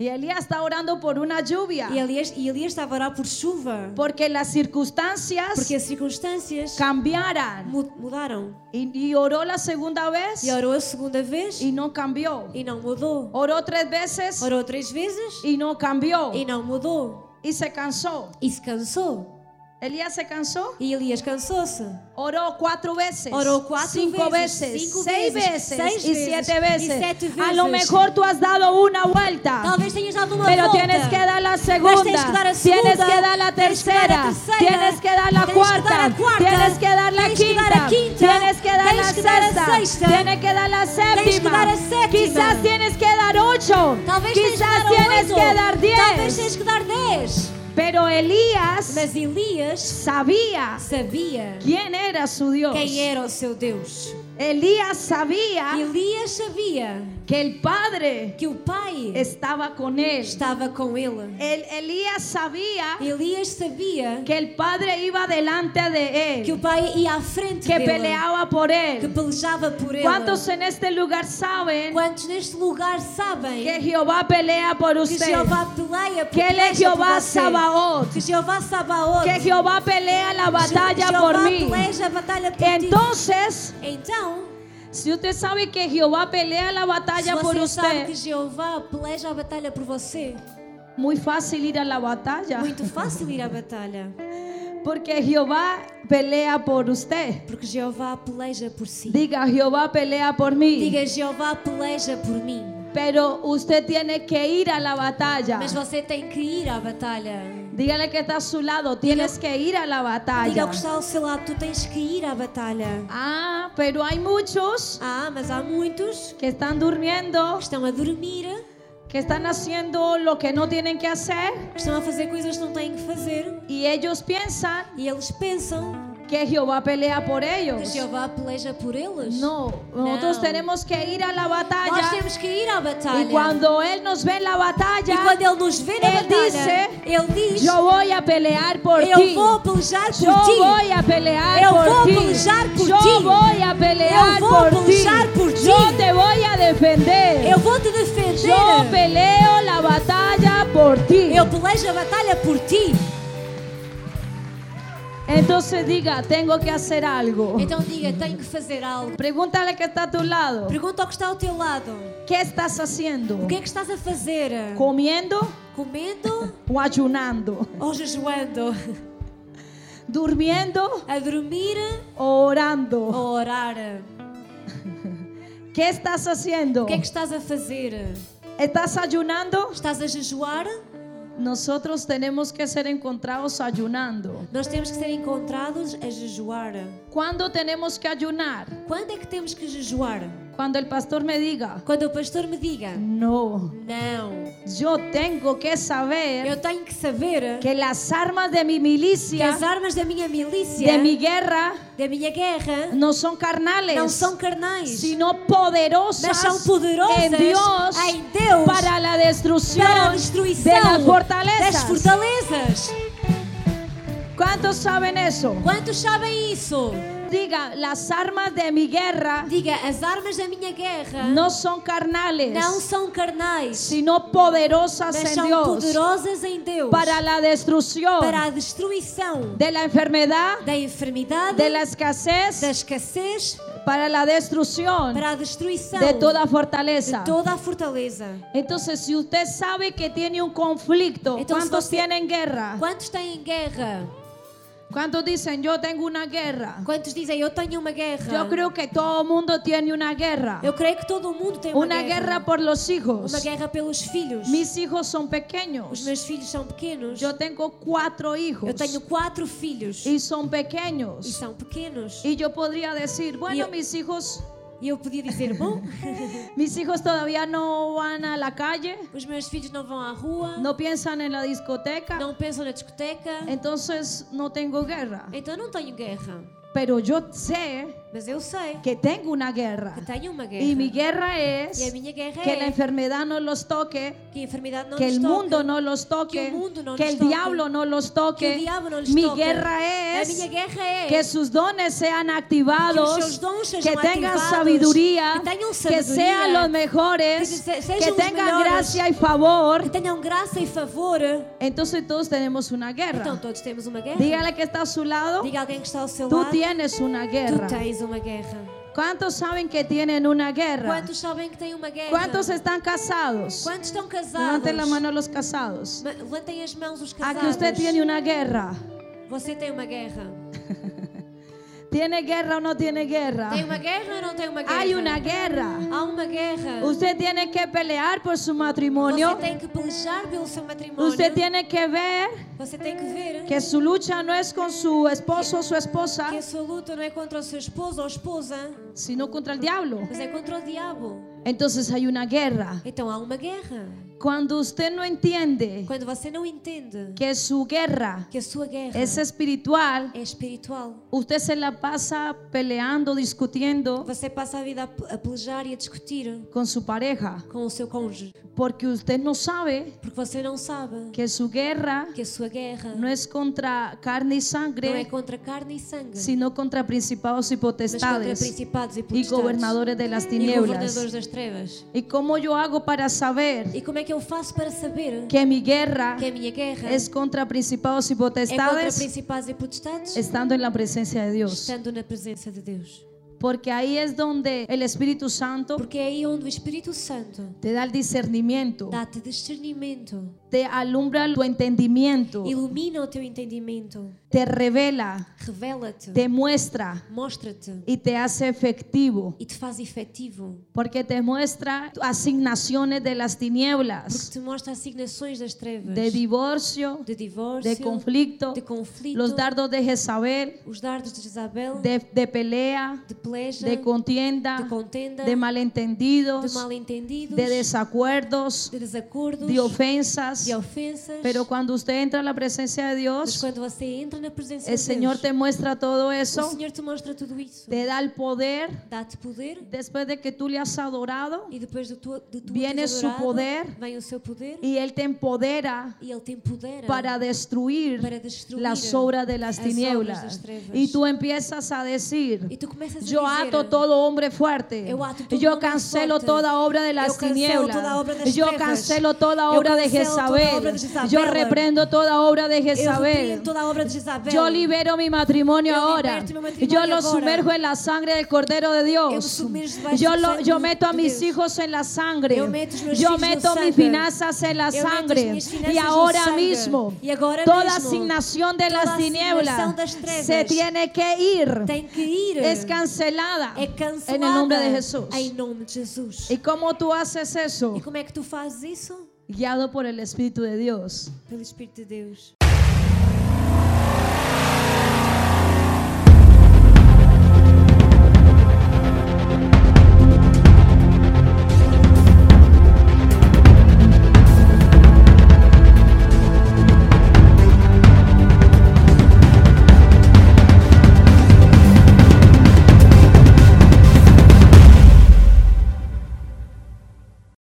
Speaker 1: y Elías está orando por una lluvia.
Speaker 2: e Elias, e Elias estava a orar por chuva.
Speaker 1: Porque las circunstancias
Speaker 2: Porque as circunstâncias
Speaker 1: cambiaran.
Speaker 2: mu- mudaram.
Speaker 1: Y, y oró la segunda vez
Speaker 2: E orou a segunda vez
Speaker 1: y no cambió.
Speaker 2: e não mudou.
Speaker 1: Oró tres veces
Speaker 2: Orou três vezes
Speaker 1: y no cambió.
Speaker 2: e não mudou.
Speaker 1: Y se cansó.
Speaker 2: E se cansou.
Speaker 1: Elías se cansó.
Speaker 2: E Elias cansou-se.
Speaker 1: Oró cuatro veces,
Speaker 2: Oró cuatro
Speaker 1: cinco
Speaker 2: veces,
Speaker 1: veces,
Speaker 2: cinco
Speaker 1: seis veces,
Speaker 2: veces, seis
Speaker 1: y
Speaker 2: veces,
Speaker 1: siete
Speaker 2: y
Speaker 1: veces.
Speaker 2: siete
Speaker 1: A lo
Speaker 2: veces.
Speaker 1: mejor tú has dado una vuelta.
Speaker 2: Talvez tenhas dado uma
Speaker 1: Pero
Speaker 2: volta.
Speaker 1: Ah. tienes que dar la
Speaker 2: Mas tens
Speaker 1: segunda,
Speaker 2: que dar a
Speaker 1: tienes
Speaker 2: segunda,
Speaker 1: que dar la
Speaker 2: tens que dar a
Speaker 1: tercera,
Speaker 2: terceira,
Speaker 1: tienes que dar la
Speaker 2: tens que dar a
Speaker 1: cuarta,
Speaker 2: quarta,
Speaker 1: tienes que dar la
Speaker 2: tens que dar
Speaker 1: quinta,
Speaker 2: a quinta,
Speaker 1: tienes que dar
Speaker 2: tens
Speaker 1: la
Speaker 2: que dar a
Speaker 1: sexta,
Speaker 2: sexta,
Speaker 1: tienes que dar la
Speaker 2: dar
Speaker 1: séptima,
Speaker 2: a séptima.
Speaker 1: quizás tienes que dar ocho,
Speaker 2: Talvez tens que
Speaker 1: quizás
Speaker 2: dar a
Speaker 1: tienes
Speaker 2: oito.
Speaker 1: que dar
Speaker 2: Talvez
Speaker 1: diez.
Speaker 2: tens que dar 10.
Speaker 1: Pero Elías
Speaker 2: Mas Elias
Speaker 1: sabía
Speaker 2: sabia
Speaker 1: quién era su Dios.
Speaker 2: quem era o seu Deus.
Speaker 1: Elías sabía
Speaker 2: Elias sabia
Speaker 1: que el Padre
Speaker 2: que o pai
Speaker 1: estaba con él.
Speaker 2: estava com ele.
Speaker 1: El- Elías sabía
Speaker 2: Elias sabia
Speaker 1: que el Padre iba delante de
Speaker 2: que o
Speaker 1: él,
Speaker 2: pai ia à frente
Speaker 1: que
Speaker 2: dele,
Speaker 1: peleaba por
Speaker 2: que
Speaker 1: él.
Speaker 2: pelejava por ele.
Speaker 1: ¿Cuántos en este lugar saben
Speaker 2: Quantos neste lugar sabem
Speaker 1: que Jehová pelea por
Speaker 2: que
Speaker 1: usted?
Speaker 2: Jeová peleia por
Speaker 1: Que é Él
Speaker 2: peleja
Speaker 1: es Jehová
Speaker 2: por você?
Speaker 1: Sabaoth.
Speaker 2: Que Jeová Sabaoth.
Speaker 1: Que Jehová pelea la batalla
Speaker 2: Jeová
Speaker 1: por mí.
Speaker 2: peleja a batalha por
Speaker 1: Entonces,
Speaker 2: ti. Então,
Speaker 1: si usted sabe que Jehová pelea la
Speaker 2: se
Speaker 1: batalla por
Speaker 2: você Pues sabe que
Speaker 1: usted,
Speaker 2: Jeová peleja a batalha por você,
Speaker 1: muy fácil ir a la batalla.
Speaker 2: muito fácil ir à batalha.
Speaker 1: Porque Jehová pelea por usted.
Speaker 2: Porque Jeová peleja por si.
Speaker 1: Diga, Jehová pelea por mí.
Speaker 2: Diga, Jeová peleja por mim.
Speaker 1: Pero usted tiene que ir a la batalla.
Speaker 2: Mas você tem que ir à batalha.
Speaker 1: Dígale que está a su lado. Tienes que ir a la
Speaker 2: Diga
Speaker 1: batalla.
Speaker 2: ao que está ao seu lado, tu tens que ir à batalha.
Speaker 1: Ah, pero hay muchos
Speaker 2: Ah, mas há muitos
Speaker 1: que están durmiendo,
Speaker 2: que estão a dormir,
Speaker 1: que están haciendo lo que no tienen que hacer.
Speaker 2: que estão a fazer coisas que não têm que fazer.
Speaker 1: Y ellos piensan
Speaker 2: E eles pensam
Speaker 1: que Jehová pelea por
Speaker 2: que
Speaker 1: ellos.
Speaker 2: Jeová peleja por eles.
Speaker 1: No, nosotros
Speaker 2: No.
Speaker 1: tenemos que ir a la
Speaker 2: Nós
Speaker 1: batalla.
Speaker 2: temos que ir à batalha.
Speaker 1: Y cuando Él nos ve en la
Speaker 2: E quando
Speaker 1: batalla,
Speaker 2: Ele nos vê na
Speaker 1: Ele
Speaker 2: batalha,
Speaker 1: disse,
Speaker 2: Ele diz,
Speaker 1: yo voy a pelear por
Speaker 2: eu
Speaker 1: ti.
Speaker 2: vou pelejar por
Speaker 1: Yo
Speaker 2: ti.
Speaker 1: voy a pelear
Speaker 2: Eu
Speaker 1: por
Speaker 2: vou
Speaker 1: ti.
Speaker 2: pelejar por
Speaker 1: Yo
Speaker 2: ti.
Speaker 1: voy a pelear
Speaker 2: Eu vou
Speaker 1: por ti.
Speaker 2: pelejar por ti.
Speaker 1: Yo te voy a defender.
Speaker 2: Eu vou te defender.
Speaker 1: Yo peleo la batalla por ti.
Speaker 2: Eu pelejo a batalha por ti.
Speaker 1: Entonces diga, tengo que hacer algo.
Speaker 2: Então diga, tenho que fazer algo.
Speaker 1: Pregúntale que está a tu lado.
Speaker 2: Pergunta ao que está ao teu lado.
Speaker 1: ¿Qué estás haciendo?
Speaker 2: O que é que estás a fazer?
Speaker 1: ¿Comiendo
Speaker 2: Comendo
Speaker 1: o ayunando?
Speaker 2: ou jejuando?
Speaker 1: ¿Durmiendo
Speaker 2: A dormir
Speaker 1: o orando?
Speaker 2: ou a orar?
Speaker 1: ¿Qué estás haciendo?
Speaker 2: O que é que estás a fazer?
Speaker 1: ¿Estás ayunando?
Speaker 2: Estás a jejuar?
Speaker 1: Nosotros tenemos que ser encontrados ayunando.
Speaker 2: Nós temos que ser encontrados a jejuar.
Speaker 1: ¿Cuándo tenemos que ayunar?
Speaker 2: Quando é que temos que jejuar?
Speaker 1: Cuando el pastor me diga,
Speaker 2: Quando o pastor me diga:
Speaker 1: no,
Speaker 2: Não,
Speaker 1: yo tengo que saber
Speaker 2: eu tenho que saber
Speaker 1: que las armas de mi
Speaker 2: que
Speaker 1: milicia,
Speaker 2: as armas da minha milícia,
Speaker 1: de mi guerra,
Speaker 2: da minha guerra,
Speaker 1: no son carnales,
Speaker 2: não são carnais,
Speaker 1: sino poderosas,
Speaker 2: mas são poderosas
Speaker 1: en Dios
Speaker 2: em Deus
Speaker 1: para la destrucción,
Speaker 2: para a
Speaker 1: de
Speaker 2: destruição
Speaker 1: las fortalezas.
Speaker 2: das fortalezas.
Speaker 1: ¿Cuántos saben eso?
Speaker 2: Quantos sabem isso?
Speaker 1: Diga, las armas de mi guerra
Speaker 2: Diga, as armas da minha guerra
Speaker 1: no son carnales,
Speaker 2: não são carnais,
Speaker 1: sino poderosas
Speaker 2: mas
Speaker 1: en
Speaker 2: são
Speaker 1: Dios
Speaker 2: poderosas em Deus
Speaker 1: para la destrucción
Speaker 2: para a destruição
Speaker 1: de la enfermedad,
Speaker 2: da enfermidade,
Speaker 1: de la escasez,
Speaker 2: da escassez,
Speaker 1: para la destrucción
Speaker 2: para a destruição
Speaker 1: de toda fortaleza.
Speaker 2: de toda a fortaleza.
Speaker 1: Entonces, si usted sabe que tiene un conflicto,
Speaker 2: Entonces,
Speaker 1: ¿cuántos
Speaker 2: você-
Speaker 1: tienen guerra?
Speaker 2: Quantos têm guerra?
Speaker 1: ¿Cuántos dicen yo tengo una guerra?
Speaker 2: Quantos dizem eu tenho uma guerra?
Speaker 1: Yo creo que todo mundo tiene una guerra.
Speaker 2: Eu creio que todo mundo tem uma,
Speaker 1: Una guerra por los hijos.
Speaker 2: Uma guerra pelos filhos.
Speaker 1: Mis hijos son
Speaker 2: Os
Speaker 1: pequeños.
Speaker 2: meus filhos são pequenos.
Speaker 1: Yo tengo cuatro hijos
Speaker 2: Eu tenho quatro filhos
Speaker 1: y son
Speaker 2: e
Speaker 1: pequeños.
Speaker 2: são pequenos.
Speaker 1: Y yo podría decir, bueno,
Speaker 2: Y-
Speaker 1: mis hijos,
Speaker 2: E eu podia dizer, bom,
Speaker 1: mis hijos todavía no van a la calle,
Speaker 2: os meus filhos não vão à rua,
Speaker 1: no piensan en la discoteca,
Speaker 2: não pensam na discoteca,
Speaker 1: entonces no tengo guerra.
Speaker 2: então não tenho guerra.
Speaker 1: Pero yo sé
Speaker 2: Mas eu sei
Speaker 1: que tengo una guerra.
Speaker 2: que tenho uma guerra.
Speaker 1: Y mi guerra
Speaker 2: E a
Speaker 1: es
Speaker 2: minha guerra
Speaker 1: que la
Speaker 2: é
Speaker 1: enfermedad no los toque,
Speaker 2: que a enfermidade não
Speaker 1: que
Speaker 2: nos
Speaker 1: el mundo
Speaker 2: toca,
Speaker 1: no los
Speaker 2: que
Speaker 1: toque,
Speaker 2: o mundo não
Speaker 1: que
Speaker 2: nos
Speaker 1: el
Speaker 2: toque,
Speaker 1: diablo no los
Speaker 2: que o
Speaker 1: toque.
Speaker 2: diabo não lhes
Speaker 1: Mi
Speaker 2: toca.
Speaker 1: guerra
Speaker 2: a minha
Speaker 1: es
Speaker 2: guerra é
Speaker 1: que sus dones sean activados,
Speaker 2: seus dons sejam
Speaker 1: que tengan
Speaker 2: ativados,
Speaker 1: sabiduría,
Speaker 2: que tenham
Speaker 1: que
Speaker 2: sabedoria,
Speaker 1: sean los
Speaker 2: que
Speaker 1: mejores,
Speaker 2: se- sejam
Speaker 1: que
Speaker 2: os
Speaker 1: tengan
Speaker 2: melhores,
Speaker 1: gracia y
Speaker 2: que
Speaker 1: favor.
Speaker 2: tenham graça e favor.
Speaker 1: Entonces todos tenemos una
Speaker 2: Então
Speaker 1: guerra.
Speaker 2: todos temos uma guerra.
Speaker 1: Dígale que está a su lado,
Speaker 2: Diga alguém que está ao seu
Speaker 1: tú
Speaker 2: lado.
Speaker 1: tienes una guerra.
Speaker 2: Tu tens uma guerra.
Speaker 1: ¿Cuántos saben que tienen una guerra? é-
Speaker 2: Quantos sabem que têm uma guerra?
Speaker 1: ¿Cuántos están casados?
Speaker 2: Quantos estão casados?
Speaker 1: Levanten la mano los casados.
Speaker 2: Ma- Levantem as mãos os
Speaker 1: Aquí
Speaker 2: casados.
Speaker 1: usted tiene una guerra.
Speaker 2: Você tem uma guerra.
Speaker 1: ¿Tiene guerra o no tiene guerra?
Speaker 2: Tem uma guerra ou não tem uma guerra?
Speaker 1: Hay una guerra.
Speaker 2: Há uma guerra.
Speaker 1: Usted tiene que pelear por su
Speaker 2: Você
Speaker 1: matrimonio.
Speaker 2: tem que pelejar pelo seu matrimônio.
Speaker 1: Usted tiene que ver
Speaker 2: Você tem que ver que...
Speaker 1: que su lucha no es con su esposo o su esposa,
Speaker 2: a sua luta não é contra o seu esposo ou esposa,
Speaker 1: sino contra el diablo.
Speaker 2: mas é contra o diabo.
Speaker 1: Entonces hay una guerra.
Speaker 2: Então há uma guerra.
Speaker 1: Cuando usted no entiende
Speaker 2: Quando você não entende
Speaker 1: que é- su guerra
Speaker 2: que a sua guerra
Speaker 1: es espiritual,
Speaker 2: é espiritual,
Speaker 1: usted se la pasa peleando, discutiendo
Speaker 2: você passa a vida a pe- a pelejar e a discutir
Speaker 1: con su pareja,
Speaker 2: com o seu cônjuge,
Speaker 1: porque usted no sabe
Speaker 2: porque você não sabe
Speaker 1: que su guerra
Speaker 2: que a sua guerra
Speaker 1: no es contra carne y
Speaker 2: não é
Speaker 1: sangre,
Speaker 2: contra carne e sangue,
Speaker 1: sino contra principados y
Speaker 2: mas contra
Speaker 1: potestades
Speaker 2: principados e
Speaker 1: y
Speaker 2: potestades
Speaker 1: gobernadores de las
Speaker 2: e
Speaker 1: tinieblas.
Speaker 2: governadores das trevas.
Speaker 1: ¿Y cómo yo hago para saber
Speaker 2: E como é que eu faço para saber
Speaker 1: que mi guerra
Speaker 2: que a minha guerra
Speaker 1: es contra principados y
Speaker 2: é contra
Speaker 1: potestades
Speaker 2: principados e potestades
Speaker 1: estando en la presencia de Dios?
Speaker 2: estando na presença de Deus?
Speaker 1: Porque ahí es donde el Espíritu Santo
Speaker 2: Porque é aí onde o Espírito Santo
Speaker 1: te da el discernimiento,
Speaker 2: dá-te discernimento,
Speaker 1: te alumbra tu entendimiento,
Speaker 2: ilumina o teu entendimento,
Speaker 1: te revela,
Speaker 2: revela-te,
Speaker 1: te muestra
Speaker 2: mostra-te
Speaker 1: y te hace efectivo.
Speaker 2: e te faz efetivo.
Speaker 1: Porque te muestra asignaciones de las
Speaker 2: Porque
Speaker 1: tinieblas,
Speaker 2: te mostra assignações das trevas,
Speaker 1: de divorcio,
Speaker 2: de divórcio,
Speaker 1: de conflicto,
Speaker 2: de conflito,
Speaker 1: los dardos de Jezabel,
Speaker 2: os dardos de Isabel,
Speaker 1: de, de pelea,
Speaker 2: de peleja,
Speaker 1: de contienda,
Speaker 2: de contenda,
Speaker 1: de malentendidos,
Speaker 2: de mal-entendidos,
Speaker 1: de desacuerdos,
Speaker 2: de desacordos,
Speaker 1: de ofensas.
Speaker 2: de ofensas.
Speaker 1: Pero cuando usted entra a la presencia de
Speaker 2: Mas
Speaker 1: Dios,
Speaker 2: quando você entra na presença
Speaker 1: el
Speaker 2: de
Speaker 1: Señor
Speaker 2: Deus,
Speaker 1: te muestra todo
Speaker 2: o
Speaker 1: eso,
Speaker 2: Senhor te mostra tudo isso.
Speaker 1: te da el poder.
Speaker 2: Dá-te poder
Speaker 1: Después de que tú le has adorado
Speaker 2: e depois de tu, de tu
Speaker 1: Viene
Speaker 2: teres
Speaker 1: su
Speaker 2: adorado,
Speaker 1: poder.
Speaker 2: vem o seu poder
Speaker 1: y Él te empodera
Speaker 2: e ele te empodera
Speaker 1: para destruir
Speaker 2: para destruir
Speaker 1: las obras de las
Speaker 2: as obras
Speaker 1: tinieblas.
Speaker 2: das trevas.
Speaker 1: Y tú empiezas a
Speaker 2: E
Speaker 1: decir,
Speaker 2: tu começas
Speaker 1: yo
Speaker 2: a dizer,
Speaker 1: ato todo hombre fuerte,
Speaker 2: Eu ato todo
Speaker 1: yo
Speaker 2: hombre
Speaker 1: cancelo
Speaker 2: fuerte.
Speaker 1: toda obra de
Speaker 2: Eu
Speaker 1: las
Speaker 2: cancelo toda obra
Speaker 1: tinieblas,
Speaker 2: das
Speaker 1: yo
Speaker 2: trevas.
Speaker 1: cancelo toda
Speaker 2: Eu
Speaker 1: obra de
Speaker 2: cancelo toda obra
Speaker 1: Jezabel,
Speaker 2: de Jezabel.
Speaker 1: yo reprendo toda obra de
Speaker 2: eu
Speaker 1: Jezabel.
Speaker 2: repreendo toda a obra de Isabel.
Speaker 1: Yo libero mi matrimonio
Speaker 2: Yo
Speaker 1: ahora.
Speaker 2: liberto mi matrimonio
Speaker 1: Yo lo
Speaker 2: ahora.
Speaker 1: sumerjo en la sangre del Cordero de
Speaker 2: me
Speaker 1: Dios.
Speaker 2: sumerjo debajo
Speaker 1: Yo,
Speaker 2: del
Speaker 1: lo,
Speaker 2: sangue
Speaker 1: yo
Speaker 2: de
Speaker 1: meto a mis
Speaker 2: Dios.
Speaker 1: hijos en la sangre.
Speaker 2: Yo meto los meus
Speaker 1: Yo
Speaker 2: hijos en
Speaker 1: meto
Speaker 2: la
Speaker 1: mis
Speaker 2: sangre.
Speaker 1: finanzas en la
Speaker 2: Yo meto
Speaker 1: sangre.
Speaker 2: mis finanzas
Speaker 1: Y
Speaker 2: en la
Speaker 1: ahora
Speaker 2: sangre.
Speaker 1: mismo,
Speaker 2: Y ahora
Speaker 1: toda
Speaker 2: mismo,
Speaker 1: asignación de
Speaker 2: toda
Speaker 1: las tinieblas
Speaker 2: asignación das trevas
Speaker 1: se tiene que ir.
Speaker 2: Tem que ir.
Speaker 1: Es cancelada
Speaker 2: é cancelada
Speaker 1: en el nombre de É Jesús.
Speaker 2: Em nome de Jesus.
Speaker 1: ¿Y cómo tú haces eso?
Speaker 2: E como é que tu fazes isso?
Speaker 1: Guiado por el Espíritu de Dios.
Speaker 2: Pelo Espírito de Deus.